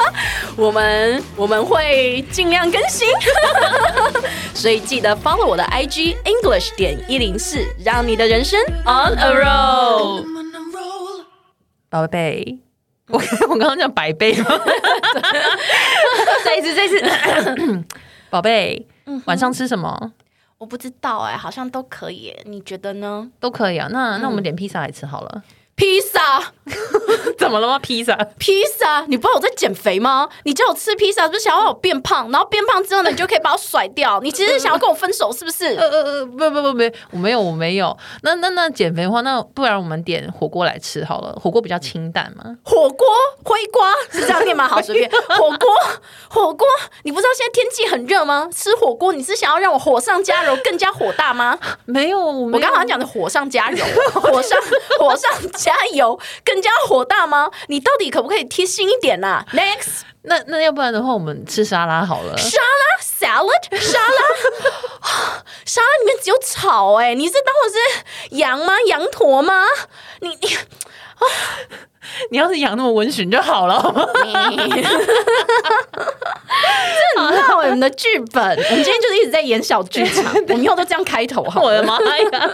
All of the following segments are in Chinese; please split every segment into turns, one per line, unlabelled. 我们我们会尽量更新， 所以记得 follow 我的 IG English 点一零四，让你的人生 on a roll。
roll，宝贝，我 我刚刚讲百倍 吗？
再一次，再一次，
宝贝，晚上吃什么
我不知道哎、好像都可以耶、你觉得呢？
都可以啊。那那我们点披萨来吃好了。呃
披萨，
怎么了吗？披萨？
披萨，你不知道我在减肥吗？你叫我吃披萨，是不是想要我变胖？然后变胖之后呢，你就可以把我甩掉。你其实是想要跟我分手，是不是？
呃呃呃，不不不不，我没有我没有。那那那减肥的话，那不然我们点火锅来吃好了，火锅比较清淡嘛。
火锅灰瓜是这样念吗？好，随便。 火锅火锅，你不知道现在天气很热吗？吃火锅，你是想要让我火上加油，更加火大 吗？
没有，我没
我
有
刚 好像讲的火上加油，火上 火上加油，更加火大吗？你到底可不可以贴心一点呐、n e x t
那那要不然的话，我们吃沙拉好了。
沙拉 salad 沙拉沙拉 里面只有草哎、你是当我是羊吗？羊驼吗？你你。
你要是养那么温驯就好了，好吗？
这很烂我们的剧本，我们今天就是一直在演小剧场，我们以后都这样开头 好
我
了。
的妈呀，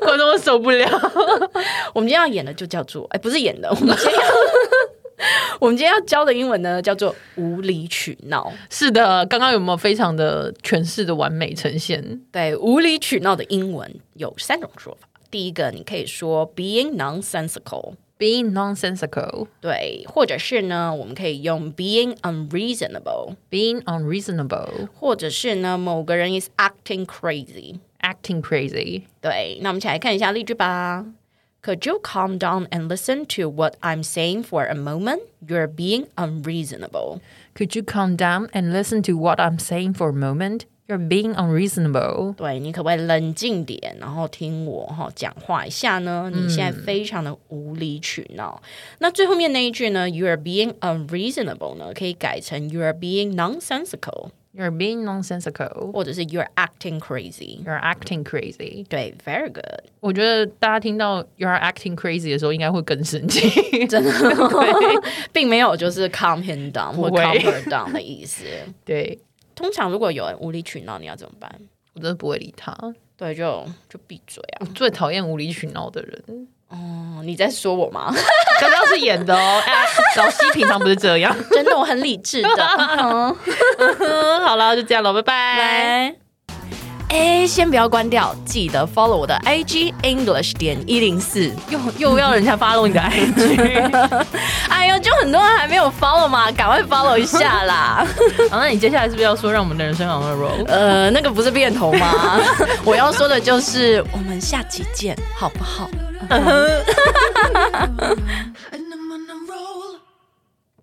观众都受不了。
我们今天要演的就叫做，哎、不是演的，我们今天要 我们今天要教的英文呢叫做无理取闹。
是的，刚刚有没有非常的诠释的完美呈现？
对，无理取闹的英文有三种说法。第一个，你可以说 being nonsensical，
Being nonsensical,
对，或者是呢，我们可以用 being unreasonable，
being unreasonable,
或者是呢，某个人 is acting crazy。
acting crazy.
对，那我们一起来看一下例句吧。Could you calm down and listen to what I'm saying for a moment? You're being unreasonable.
Could you calm down and listen to what I'm saying for a moment? You're being unreasonable.
对你可不可以冷静点，然后听我哈讲话一下呢？你现在非常的无理取闹。那最后面那一句呢？You're being unreasonable 呢，可以改成 You're being nonsensical，
You're being nonsensical.
或者是 You're acting crazy。
You're acting crazy.
对，very good。
我觉得大家听到 You're acting crazy 的时候，应该会更生气。真的，
并没有就是 calm him down 或
不会
calm her down 的意思。
对
通常如果有人无理取闹，你要怎么办？
我真的不会理他。
对，就就闭嘴啊！
我最讨厌无理取闹的人。嗯
哦，你在说我 吗？
刚刚是演的哦，哎，老西平常不是这样。
真的，我很理智的。
嗯，好了，就这样了，拜拜。
来，哎，先不要关掉，记得 follow 我的 IG English 点一零四。
又又要人家发动你的 IG，
哎呦，就很多人还没有 follow 嘛，赶快 follow 一下啦。
好，啊那你接下来是不是要说让我们的人生 on a roll？
呃，那个不是变头吗？ 我要说的就是，我们下期见，好不好？
I